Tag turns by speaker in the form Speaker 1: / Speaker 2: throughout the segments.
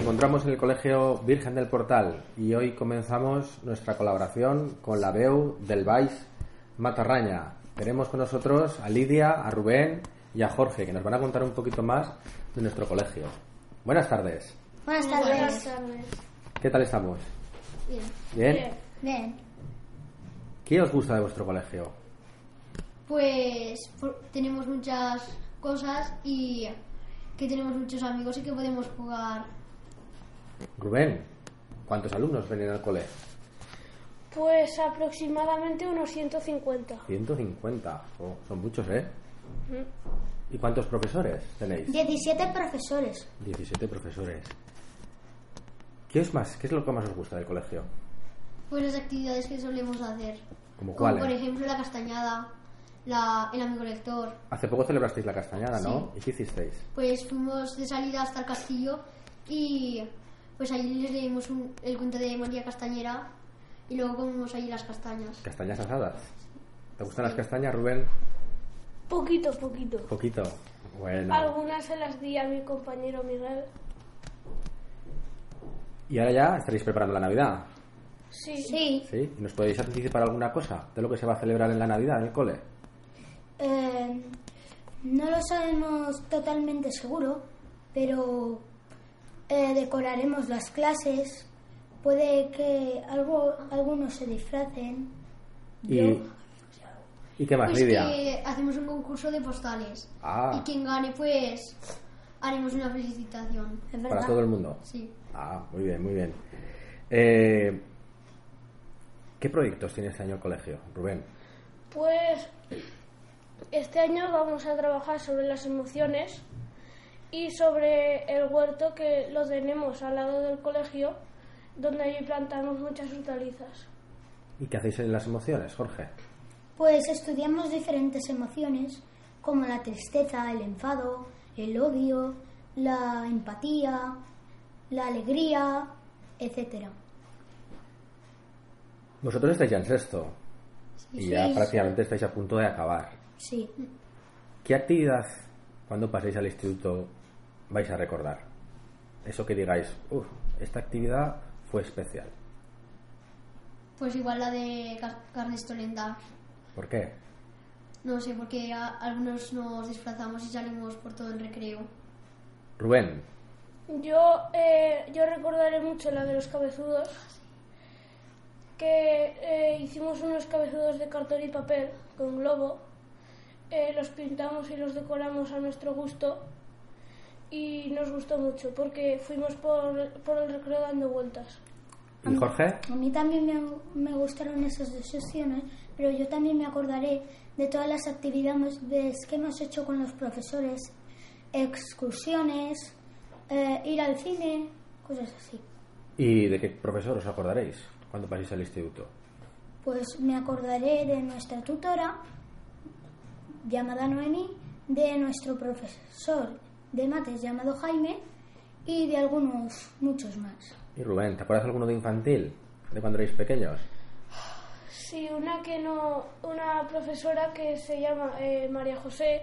Speaker 1: encontramos en el Colegio Virgen del Portal y hoy comenzamos nuestra colaboración con la BEU del Baix Matarraña. Tenemos con nosotros a Lidia, a Rubén y a Jorge, que nos van a contar un poquito más de nuestro colegio. Buenas tardes.
Speaker 2: Buenas tardes. Buenas tardes.
Speaker 1: ¿Qué tal estamos?
Speaker 2: Bien.
Speaker 1: ¿Bien?
Speaker 2: Bien.
Speaker 1: ¿Qué os gusta de vuestro colegio?
Speaker 3: Pues por- tenemos muchas cosas y que tenemos muchos amigos y que podemos jugar.
Speaker 1: Rubén, ¿cuántos alumnos vienen al colegio?
Speaker 2: Pues aproximadamente unos 150.
Speaker 1: 150. Oh, son muchos, ¿eh?
Speaker 3: Mm.
Speaker 1: ¿Y cuántos profesores tenéis?
Speaker 3: 17 profesores.
Speaker 1: 17 profesores. ¿Qué es más? ¿Qué es lo que más os gusta del colegio?
Speaker 3: Pues las actividades que solemos hacer.
Speaker 1: ¿Como ¿eh?
Speaker 3: Como
Speaker 1: cuáles?
Speaker 3: por ejemplo la castañada, la, el amigo lector.
Speaker 1: Hace poco celebrasteis la castañada, ¿no? ¿Y qué hicisteis?
Speaker 3: Pues fuimos de salida hasta el castillo y pues allí les leímos un- el cuento de María Castañera y luego comimos allí las castañas.
Speaker 1: Castañas asadas. ¿Te gustan las castañas, Rubén?
Speaker 2: Poquito, poquito.
Speaker 1: Poquito. Bueno.
Speaker 2: Algunas se las di a mi compañero Miguel.
Speaker 1: Y ahora ya estaréis preparando la Navidad,
Speaker 2: Sí.
Speaker 3: Sí.
Speaker 1: ¿sí? ¿Y ¿Nos podéis anticipar alguna cosa de lo que se va a celebrar en la Navidad en el cole?
Speaker 4: Eh, no lo sabemos totalmente seguro, pero eh, decoraremos las clases. Puede que algo, algunos se disfracen.
Speaker 1: ¿Y, ¿y qué más,
Speaker 3: Pues
Speaker 1: Lidia?
Speaker 3: que hacemos un concurso de postales.
Speaker 1: Ah.
Speaker 3: Y quien gane pues haremos una felicitación.
Speaker 4: Es
Speaker 1: Para
Speaker 4: verdad.
Speaker 1: todo el mundo.
Speaker 3: Sí.
Speaker 1: Ah, muy bien, muy bien. Eh, ¿Qué proyectos tiene este año el colegio, Rubén?
Speaker 2: Pues este año vamos a trabajar sobre las emociones y sobre el huerto que lo tenemos al lado del colegio, donde allí plantamos muchas hortalizas.
Speaker 1: ¿Y qué hacéis en las emociones, Jorge?
Speaker 4: Pues estudiamos diferentes emociones como la tristeza, el enfado, el odio, la empatía, la alegría, etcétera.
Speaker 1: Vosotros estáis ya en sexto y ya prácticamente estáis a punto de acabar.
Speaker 4: Sí.
Speaker 1: ¿Qué actividad, cuando paséis al instituto, vais a recordar? Eso que digáis, uff, esta actividad fue especial.
Speaker 3: Pues igual la de car- carnes tolenta.
Speaker 1: ¿Por qué?
Speaker 3: No sé, porque a- algunos nos disfrazamos y salimos por todo el recreo.
Speaker 1: Rubén,
Speaker 2: Yo, eh, yo recordaré mucho la de los cabezudos, que eh, hicimos unos cabezudos de cartón y papel con globo, eh, los pintamos y los decoramos a nuestro gusto y nos gustó mucho porque fuimos por, por el recreo dando vueltas.
Speaker 1: ¿y Jorge?
Speaker 4: A mí también me, me gustaron esas dos sesiones, pero yo también me acordaré de todas las actividades que hemos hecho con los profesores, excursiones, eh, ir al cine, cosas así.
Speaker 1: ¿Y de qué profesor os acordaréis cuando paséis al instituto?
Speaker 4: Pues me acordaré de nuestra tutora, llamada Noemí, de nuestro profesor de mates llamado Jaime y de algunos muchos más.
Speaker 1: ¿Y Rubén, te acuerdas de alguno de infantil? ¿De cuando erais pequeños?
Speaker 2: Sí, una que no, una profesora que se llama eh, María José,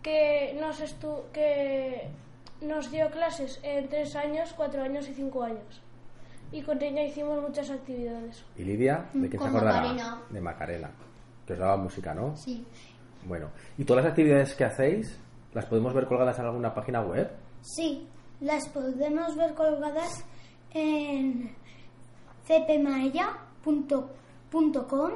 Speaker 2: que nos, estu que nos dio clases en tres años, cuatro años y cinco años. Y con ella hicimos muchas actividades.
Speaker 1: ¿Y Lidia? ¿De quién
Speaker 3: Mm, Con
Speaker 1: se acordará?
Speaker 3: Macarena.
Speaker 1: De Macarena, que os daba música, ¿no?
Speaker 3: Sí.
Speaker 1: Bueno, ¿y todas las actividades que hacéis las podemos ver colgadas en alguna página web?
Speaker 4: Sí, las podemos ver colgadas en cpmaella.com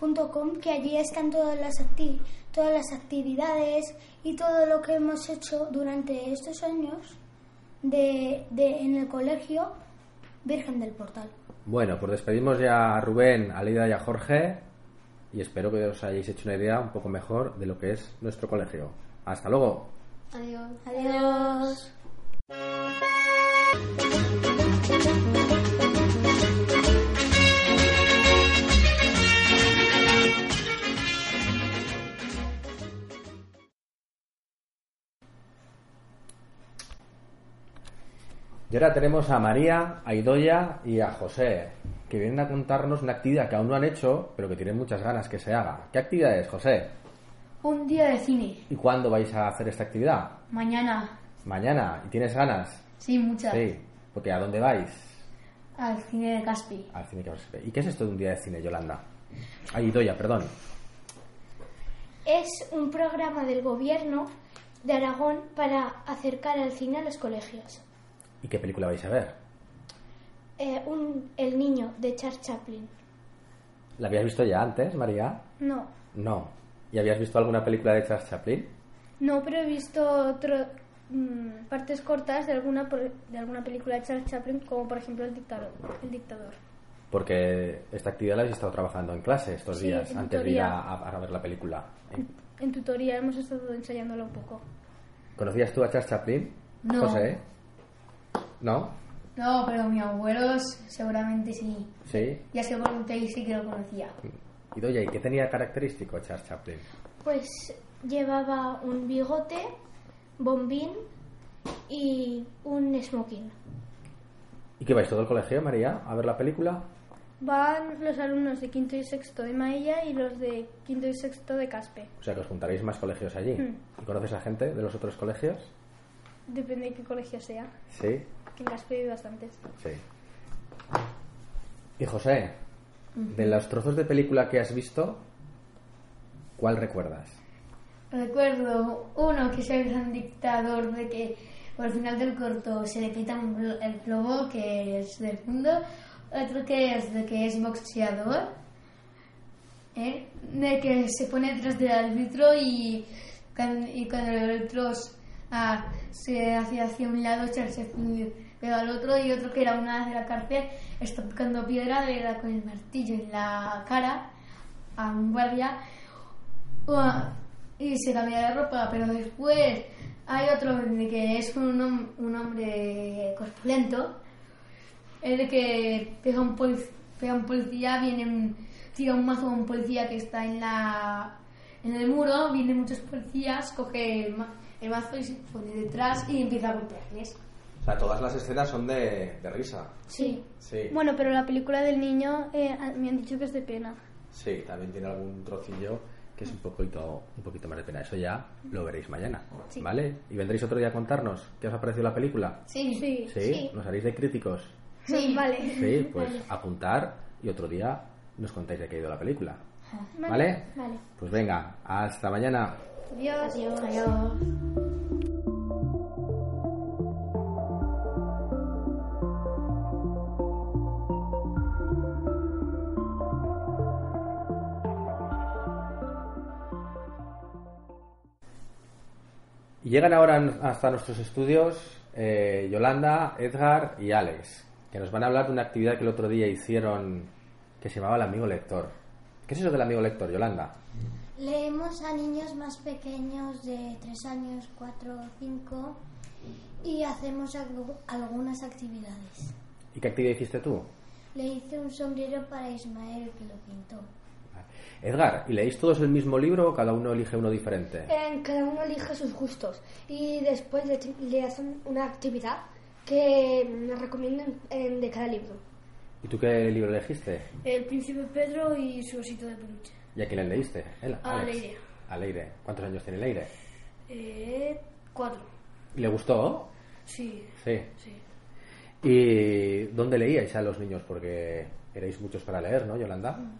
Speaker 4: punto com, que allí están todas las acti- todas las actividades y todo lo que hemos hecho durante estos años de, de- en el colegio Virgen del Portal.
Speaker 1: Bueno, pues despedimos ya a Rubén, a Lidia y a Jorge y espero que os hayáis hecho una idea un poco mejor de lo que es nuestro colegio. Hasta luego.
Speaker 3: Adiós.
Speaker 4: Adiós.
Speaker 1: Y ahora tenemos a María, a Idoya y a José, que vienen a contarnos una actividad que aún no han hecho, pero que tienen muchas ganas que se haga. ¿Qué actividad es, José?
Speaker 5: Un día de cine.
Speaker 1: ¿Y cuándo vais a hacer esta actividad?
Speaker 5: Mañana.
Speaker 1: Mañana. ¿Y tienes ganas?
Speaker 5: Sí, muchas.
Speaker 1: Sí. Porque ¿a dónde vais?
Speaker 2: Al cine de Caspi.
Speaker 1: Al cine que os espera. ¿Y qué es esto de un día de cine, Yolanda? Ay, Doya, perdón.
Speaker 6: Es un programa del gobierno de Aragón para acercar al cine a los colegios.
Speaker 1: ¿Y qué película vais a ver?
Speaker 6: Eh, un- el niño de Charles Chaplin.
Speaker 1: ¿La habías visto ya antes, María?
Speaker 2: No.
Speaker 1: No. ¿Y habías visto alguna película de Charles Chaplin?
Speaker 2: No, pero he visto otro- mm, partes cortas de alguna, por- de alguna película de Charles Chaplin, como por ejemplo El dictador. El dictador.
Speaker 1: Porque esta actividad la habéis estado trabajando en clase estos
Speaker 2: Sí,
Speaker 1: días,
Speaker 2: en
Speaker 1: antes de ir a,
Speaker 2: teoría.
Speaker 1: a- a ver la película.
Speaker 2: En tutoría hemos estado ensayándolo un poco.
Speaker 1: ¿Conocías tú a Charles Chaplin?
Speaker 2: No.
Speaker 1: José. ¿No?
Speaker 2: No, pero mis abuelos seguramente sí.
Speaker 1: Sí.
Speaker 2: Ya sé por qué sí que lo conocía.
Speaker 1: ¿Y Doya, ¿y qué tenía característico Charles Chaplin?
Speaker 6: Pues llevaba un bigote, bombín y un smoking.
Speaker 1: ¿Y qué vais todo el colegio, María, a ver la película?
Speaker 2: Van los alumnos de quinto y sexto de Maella y los de quinto y sexto de Caspe.
Speaker 1: O sea, que os juntaréis más colegios allí.
Speaker 2: Mm.
Speaker 1: ¿Y conoces a gente de los otros colegios?
Speaker 2: Depende de qué colegio sea.
Speaker 1: Sí.
Speaker 2: En Caspe hay bastantes.
Speaker 1: Sí. Y José, de los trozos de película que has visto, ¿cuál recuerdas?
Speaker 7: Recuerdo uno que es el gran dictador de que al final del corto se le quita un glo- el globo que es del mundo, otro que es de que es boxeador, ¿eh? de que se pone detrás del árbitro y, can- y cuando el otro s- ah, se hace hacia un lado, Charles Chaplin pega al otro y otro que era una de la cárcel está picando piedra, le da con el martillo en la cara a un guardia Ua, y se cambia de ropa, pero después hay otro de que es un, hom- un hombre corpulento, el de que pega un, polic- pega un policía, viene un- tira un mazo a un policía que está en la en el muro, vienen muchos policías, coge el, ma- el mazo y se pone detrás y empieza a golpearles.
Speaker 1: O sea, todas las escenas son de, de risa.
Speaker 2: Sí.
Speaker 1: Sí.
Speaker 2: Bueno, pero la película del niño eh, me han dicho que es de pena.
Speaker 1: Sí, también tiene algún trocillo que es un poquito, un poquito más de pena. Eso ya lo veréis mañana, ¿vale? Y vendréis otro día a contarnos qué os ha parecido la película.
Speaker 7: Sí, sí.
Speaker 1: ¿Nos haréis de críticos?
Speaker 2: vale.
Speaker 1: Sí, pues apuntar y otro día nos contáis de qué ha ido la película. ¿Vale?
Speaker 6: Vale.
Speaker 1: Pues venga, hasta mañana.
Speaker 6: Adiós.
Speaker 1: Y Llegan ahora n- hasta nuestros estudios eh, Yolanda, Edgar y Alex, que nos van a hablar de una actividad que el otro día hicieron que se llamaba el amigo lector. ¿Qué es eso del amigo lector, Yolanda?
Speaker 4: Leemos a niños más pequeños de 3 años, 4 o 5 y hacemos algo- algunas actividades.
Speaker 1: ¿Y qué actividad hiciste tú?
Speaker 4: Le hice un sombrero para Ismael que lo pintó.
Speaker 1: Edgar, ¿y leéis todos el mismo libro o cada uno elige uno diferente?
Speaker 6: Eh, cada uno elige sus gustos y después le, le hacen una actividad que nos recomiendan eh, de cada libro.
Speaker 1: ¿Y tú qué libro elegiste?
Speaker 2: El príncipe Pedro y su osito de peluche.
Speaker 1: ¿Y a quién le leíste? Él,
Speaker 2: A
Speaker 1: Alex.
Speaker 2: Leire.
Speaker 1: A Leire. ¿Cuántos años tiene Leire?
Speaker 2: Eh, cuatro.
Speaker 1: ¿Y ¿Le gustó?
Speaker 2: Sí,
Speaker 1: Sí.
Speaker 2: sí.
Speaker 1: ¿Y dónde leíais a los niños? Porque erais muchos para leer, ¿no, Yolanda?
Speaker 2: Mm.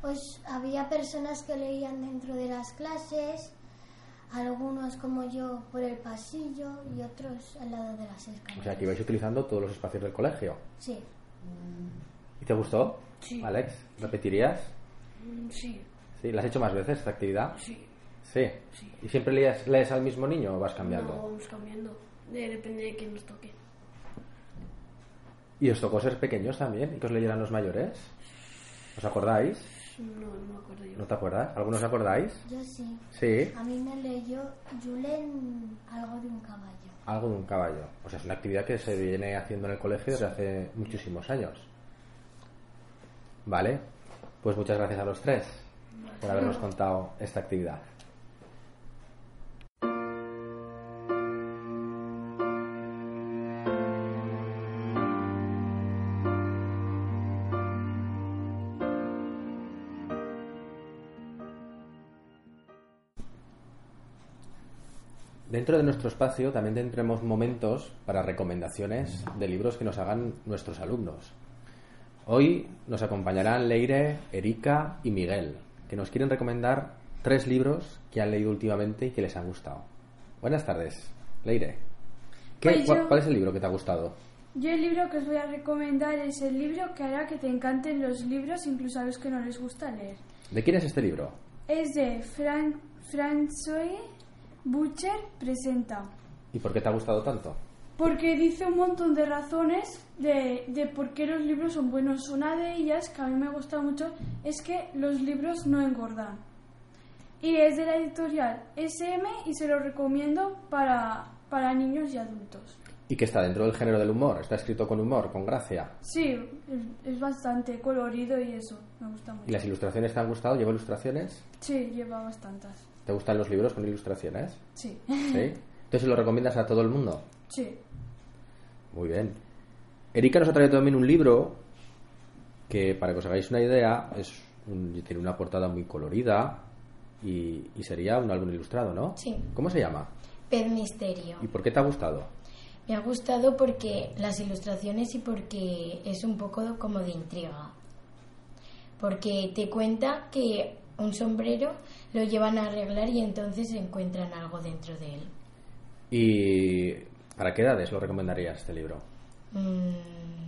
Speaker 4: Pues había personas que leían dentro de las clases, algunos como yo por el pasillo y otros al lado de las
Speaker 1: O sea,
Speaker 4: escaleras.
Speaker 1: que ibais utilizando todos los espacios del colegio.
Speaker 4: Sí.
Speaker 2: Mm,
Speaker 1: ¿Y te gustó?
Speaker 2: Sí.
Speaker 1: Alex, ¿repetirías?
Speaker 8: Mm,
Speaker 2: Sí,
Speaker 1: Sí, ¿la has hecho más veces esta actividad?
Speaker 2: sí.
Speaker 1: Sí.
Speaker 2: Sí.
Speaker 1: ¿Y siempre lees, lees al mismo niño o vas cambiando?
Speaker 2: vamos cambiando. depende de quién nos toque.
Speaker 1: ¿Y os tocó ser pequeños también y que os leyeran los mayores? ¿Os acordáis?
Speaker 2: No, no me acuerdo yo.
Speaker 1: ¿No te acuerdas? ¿Algunos os acordáis?
Speaker 4: Yo sí.
Speaker 1: Sí.
Speaker 4: A mí me leyó Julen algo de un caballo.
Speaker 1: Algo de un caballo. O sea, es una actividad que se viene haciendo en el colegio desde hace muchísimos años. Vale. Pues muchas gracias a los tres por habernos contado esta actividad. Dentro de nuestro espacio también tendremos momentos para recomendaciones de libros que nos hagan nuestros alumnos. Hoy nos acompañarán Leire, Erika y Miguel, que nos quieren recomendar tres libros que han leído últimamente y que les han gustado. Buenas tardes, Leire. ¿Qué-
Speaker 9: Pues
Speaker 1: cuál-
Speaker 9: yo-
Speaker 1: ¿Cuál es el libro que te ha gustado?
Speaker 9: Yo el libro que os voy a recomendar es el libro que hará que te encanten los libros, incluso a los que no les gusta leer.
Speaker 1: ¿De quién es este libro?
Speaker 9: Es de Fran François Butcher Presenta.
Speaker 1: ¿Y por qué te ha gustado tanto?
Speaker 9: Porque dice un montón de razones de, de por qué los libros son buenos. Una de ellas, que a mí me gusta mucho, es que los libros no engordan. Y es de la editorial SM y se lo recomiendo para, para niños y adultos.
Speaker 1: Y que está dentro del género del humor, está escrito con humor, con gracia.
Speaker 9: Sí, es- es bastante colorido y eso, me gusta
Speaker 1: ¿Y
Speaker 9: mucho.
Speaker 1: las ilustraciones te han gustado? ¿Lleva ilustraciones?
Speaker 9: Sí, lleva bastantes.
Speaker 1: ¿Te gustan los libros con ilustraciones?
Speaker 9: Sí,
Speaker 1: ¿Sí? Entonces lo recomiendas a todo el mundo.
Speaker 9: sí.
Speaker 1: Muy bien. Erika nos ha traído también un libro que, para que os hagáis una idea, es un- tiene una portada muy colorida y, y sería un álbum ilustrado, ¿no?
Speaker 7: Sí.
Speaker 1: ¿Cómo se llama?
Speaker 7: Pez Misterio.
Speaker 1: ¿Y por qué te ha gustado?
Speaker 7: Me ha gustado porque las ilustraciones y porque es un poco como de intriga. Porque te cuenta que un sombrero lo llevan a arreglar y entonces encuentran algo dentro de él.
Speaker 1: ¿Y para qué edades lo recomendarías este libro?
Speaker 7: Mm,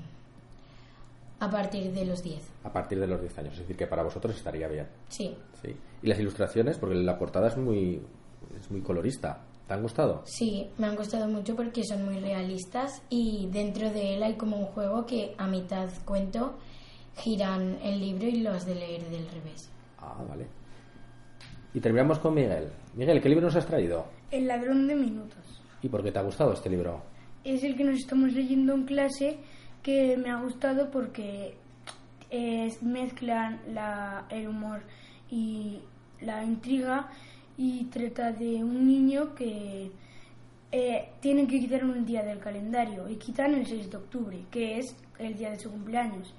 Speaker 7: a partir de los 10.
Speaker 1: A partir de los 10 años, es decir, que para vosotros estaría bien.
Speaker 7: Sí,
Speaker 1: ¿sí? ¿Y las ilustraciones? Porque la portada es muy, es muy colorista. ¿Te han gustado?
Speaker 7: sí, me han gustado mucho porque son muy realistas y dentro de él hay como un juego que a mitad cuento giran el libro y lo has de leer del revés.
Speaker 1: Ah, vale. Y terminamos con Miguel. Miguel, ¿qué libro nos has traído?
Speaker 5: El ladrón de minutos.
Speaker 1: ¿Y por qué te ha gustado este libro?
Speaker 5: Es el que nos estamos leyendo en clase que me ha gustado porque es- mezclan la- el humor y la intriga y trata de un niño que eh, tienen que quitar un día del calendario y quitan el 6 de octubre, que es el día de su cumpleaños.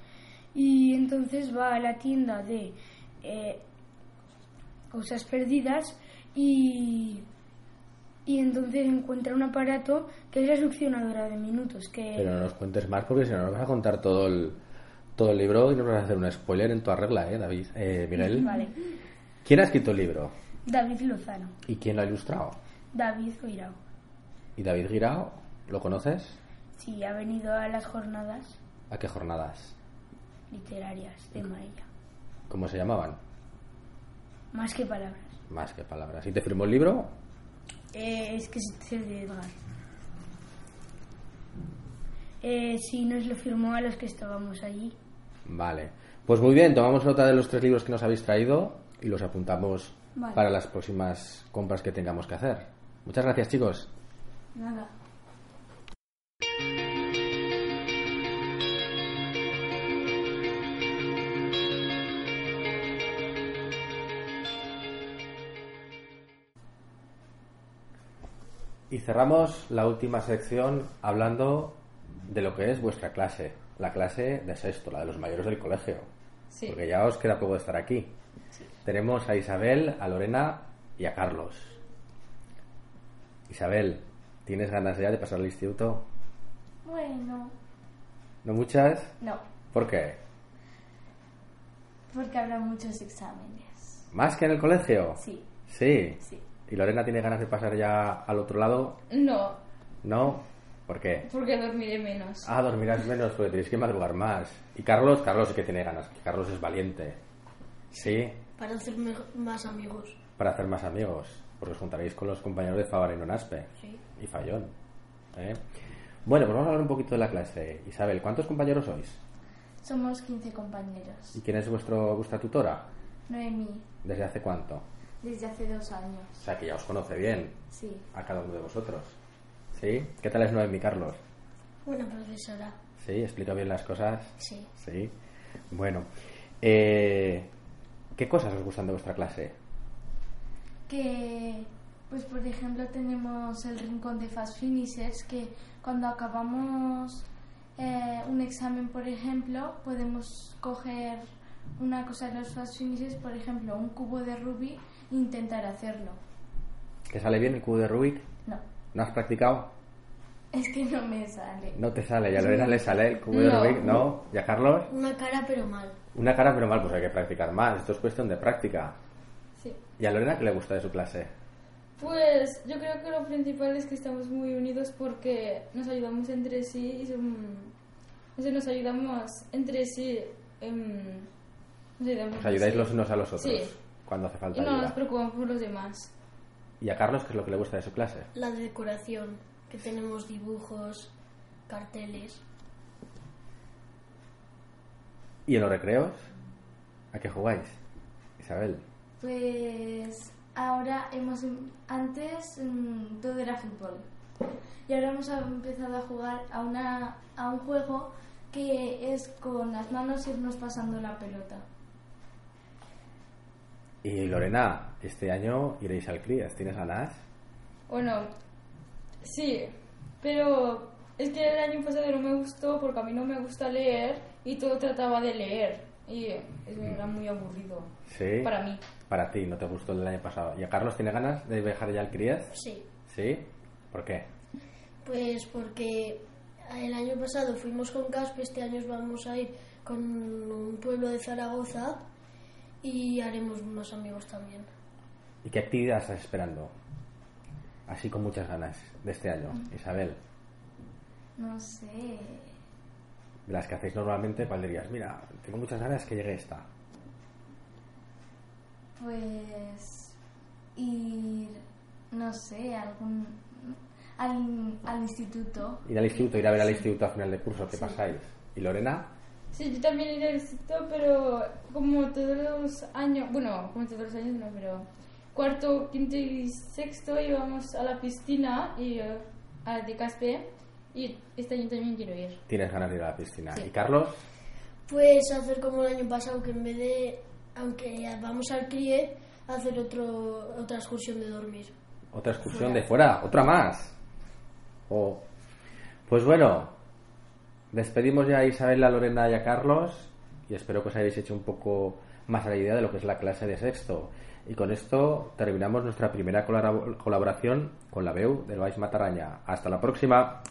Speaker 5: Y entonces va a la tienda de eh, cosas perdidas y y entonces encuentra un aparato que es la succionadora de minutos, que
Speaker 1: Pero no nos cuentes más porque si no nos vas a contar todo el, todo el libro y nos vas a hacer un spoiler en toda regla, ¿eh, David? Eh, Miguel.
Speaker 5: Vale.
Speaker 1: ¿Quién ha escrito el libro?
Speaker 5: David Lozano,
Speaker 1: ¿Y quién lo ha ilustrado?
Speaker 5: David Oirao,
Speaker 1: ¿Y David Girao? ¿Lo conoces?
Speaker 5: sí, ha venido a las jornadas
Speaker 1: ¿A qué jornadas?
Speaker 5: literarias de Maella,
Speaker 1: ¿Cómo se llamaban?
Speaker 5: más que palabras.
Speaker 1: Más que palabras. ¿Y te firmó el libro?
Speaker 5: Eh, es que es de Edgar. Eh, sí, nos lo firmó a los que estábamos allí.
Speaker 1: Vale. Pues muy bien, tomamos nota de los tres libros que nos habéis traído y los apuntamos
Speaker 9: Vale.
Speaker 1: para las próximas compras que tengamos que hacer. Muchas gracias, chicos.
Speaker 9: Nada.
Speaker 1: Y cerramos la última sección hablando de lo que es vuestra clase, la clase de sexto, la de los mayores del colegio.
Speaker 8: Sí.
Speaker 1: Porque ya os queda poco de estar aquí. Tenemos a Isabel, a Lorena y a Carlos. Isabel, ¿tienes ganas ya de pasar al instituto?
Speaker 8: Bueno,
Speaker 1: ¿No muchas?
Speaker 8: no,
Speaker 1: ¿Por qué?
Speaker 8: porque habrá muchos exámenes.
Speaker 1: ¿Más que en el colegio?
Speaker 8: Sí,
Speaker 1: Sí.
Speaker 8: sí.
Speaker 1: ¿Y Lorena tiene ganas de pasar ya al otro lado?
Speaker 9: No,
Speaker 1: ¿No? ¿Por qué?
Speaker 9: porque dormiré menos.
Speaker 1: Ah, dormirás menos porque tenéis que madrugar más. ¿Y Carlos? Carlos sí que tiene ganas, que Carlos es valiente. Sí,
Speaker 3: Para hacer más amigos.
Speaker 1: para hacer más amigos, porque os juntaréis con los compañeros de Favara y Nonaspe.
Speaker 3: Sí.
Speaker 1: Y Fallón. ¿eh? Bueno, pues vamos a hablar un poquito de la clase. Isabel, ¿cuántos compañeros sois?
Speaker 8: Somos 15 compañeros.
Speaker 1: ¿Y quién es vuestro, vuestra tutora?
Speaker 8: Noemí,
Speaker 1: ¿Desde hace cuánto?
Speaker 8: desde hace dos años.
Speaker 1: O sea, que ya os conoce bien
Speaker 8: Sí,
Speaker 1: a cada uno de vosotros. ¿Sí? ¿Qué tal es Noemi, Carlos?
Speaker 3: Buena profesora.
Speaker 1: ¿Sí? ¿Explica bien las cosas?
Speaker 3: Sí.
Speaker 1: Sí. Bueno, eh, ¿qué cosas os gustan de vuestra clase?
Speaker 8: que pues por ejemplo tenemos el rincón de fast finishers que cuando acabamos eh, un examen por ejemplo podemos coger una cosa de los fast finishers por ejemplo un cubo de Rubik e intentar hacerlo
Speaker 1: ¿Que sale bien el cubo de Rubik?
Speaker 8: no
Speaker 1: ¿No has practicado?
Speaker 10: Es que no me sale.
Speaker 1: No te sale, ya lo era, le sale el cubo de
Speaker 10: No.
Speaker 1: Rubik, ¿no? ¿Ya Carlos?
Speaker 2: Una cara pero mal.
Speaker 1: Una cara, pero mal, pues hay que practicar más. Esto es cuestión de práctica.
Speaker 10: Sí.
Speaker 1: ¿Y a Lorena qué le gusta de su clase?
Speaker 10: Pues yo creo que lo principal es que estamos muy unidos porque nos ayudamos entre sí y son- o sea, nos ayudamos entre sí. em, nos ayudamos
Speaker 1: ¿Os ayudáis
Speaker 10: sí.
Speaker 1: los unos a los otros?
Speaker 10: Sí.
Speaker 1: Cuando hace
Speaker 10: Y
Speaker 1: falta
Speaker 10: no nos
Speaker 1: ayuda.
Speaker 10: preocupamos por los demás.
Speaker 1: ¿Y a Carlos qué es lo que le gusta de su clase?
Speaker 2: La decoración, que tenemos dibujos, carteles.
Speaker 1: ¿Y en los recreos? ¿A qué jugáis? Isabel.
Speaker 10: Pues ahora hemos. em, Antes mm, todo era fútbol. Y ahora hemos empezado a jugar a, una, a un juego que es con las manos irnos pasando la pelota.
Speaker 1: Y Lorena, este año iréis al CRIAS. ¿Tienes ganas?
Speaker 10: Bueno, sí, pero es que el año pasado no me gustó porque a mí no me gusta leer y todo trataba de leer y eso era muy aburrido
Speaker 1: Mm. Sí.
Speaker 10: para mí.
Speaker 1: Para ti, no te gustó el año pasado. ¿Y a Carlos tiene ganas de dejar ya el CRIAS?
Speaker 2: Sí,
Speaker 1: ¿Sí? ¿Por qué?
Speaker 2: pues porque el año pasado fuimos con Caspe, este año vamos a ir con un pueblo de Zaragoza y haremos más amigos también.
Speaker 1: ¿Y qué actividad estás esperando? Así con muchas ganas de este año, Isabel.
Speaker 10: No sé.
Speaker 1: De las que hacéis normalmente, ¿cuál dirías? Mira, tengo muchas ganas que llegue esta.
Speaker 10: Pues ir, no sé, algún, al, al instituto.
Speaker 1: Ir al instituto, ir a ver al instituto a final de curso, ¿qué pasáis? ¿Y Lorena?
Speaker 10: Sí, yo también iré al instituto, pero como todos los años, bueno, como todos los años no, pero cuarto, quinto y sexto íbamos a la piscina y eh, a de Caspe y este año también quiero ir.
Speaker 1: Tienes ganas de ir a la piscina. ¿Y Carlos?
Speaker 2: Pues hacer como el año pasado, que en vez de, aunque vamos al CRIE, hacer otro, otra excursión de dormir.
Speaker 1: Otra excursión de fuera, otra más. Oh. Pues bueno, despedimos ya a Isabel, a Lorena y a Carlos y espero que os hayáis hecho un poco más a la idea de lo que es la clase de sexto. Y con esto terminamos nuestra primera colabo- colaboración con la BEU del Vais Matarraña. Hasta la próxima.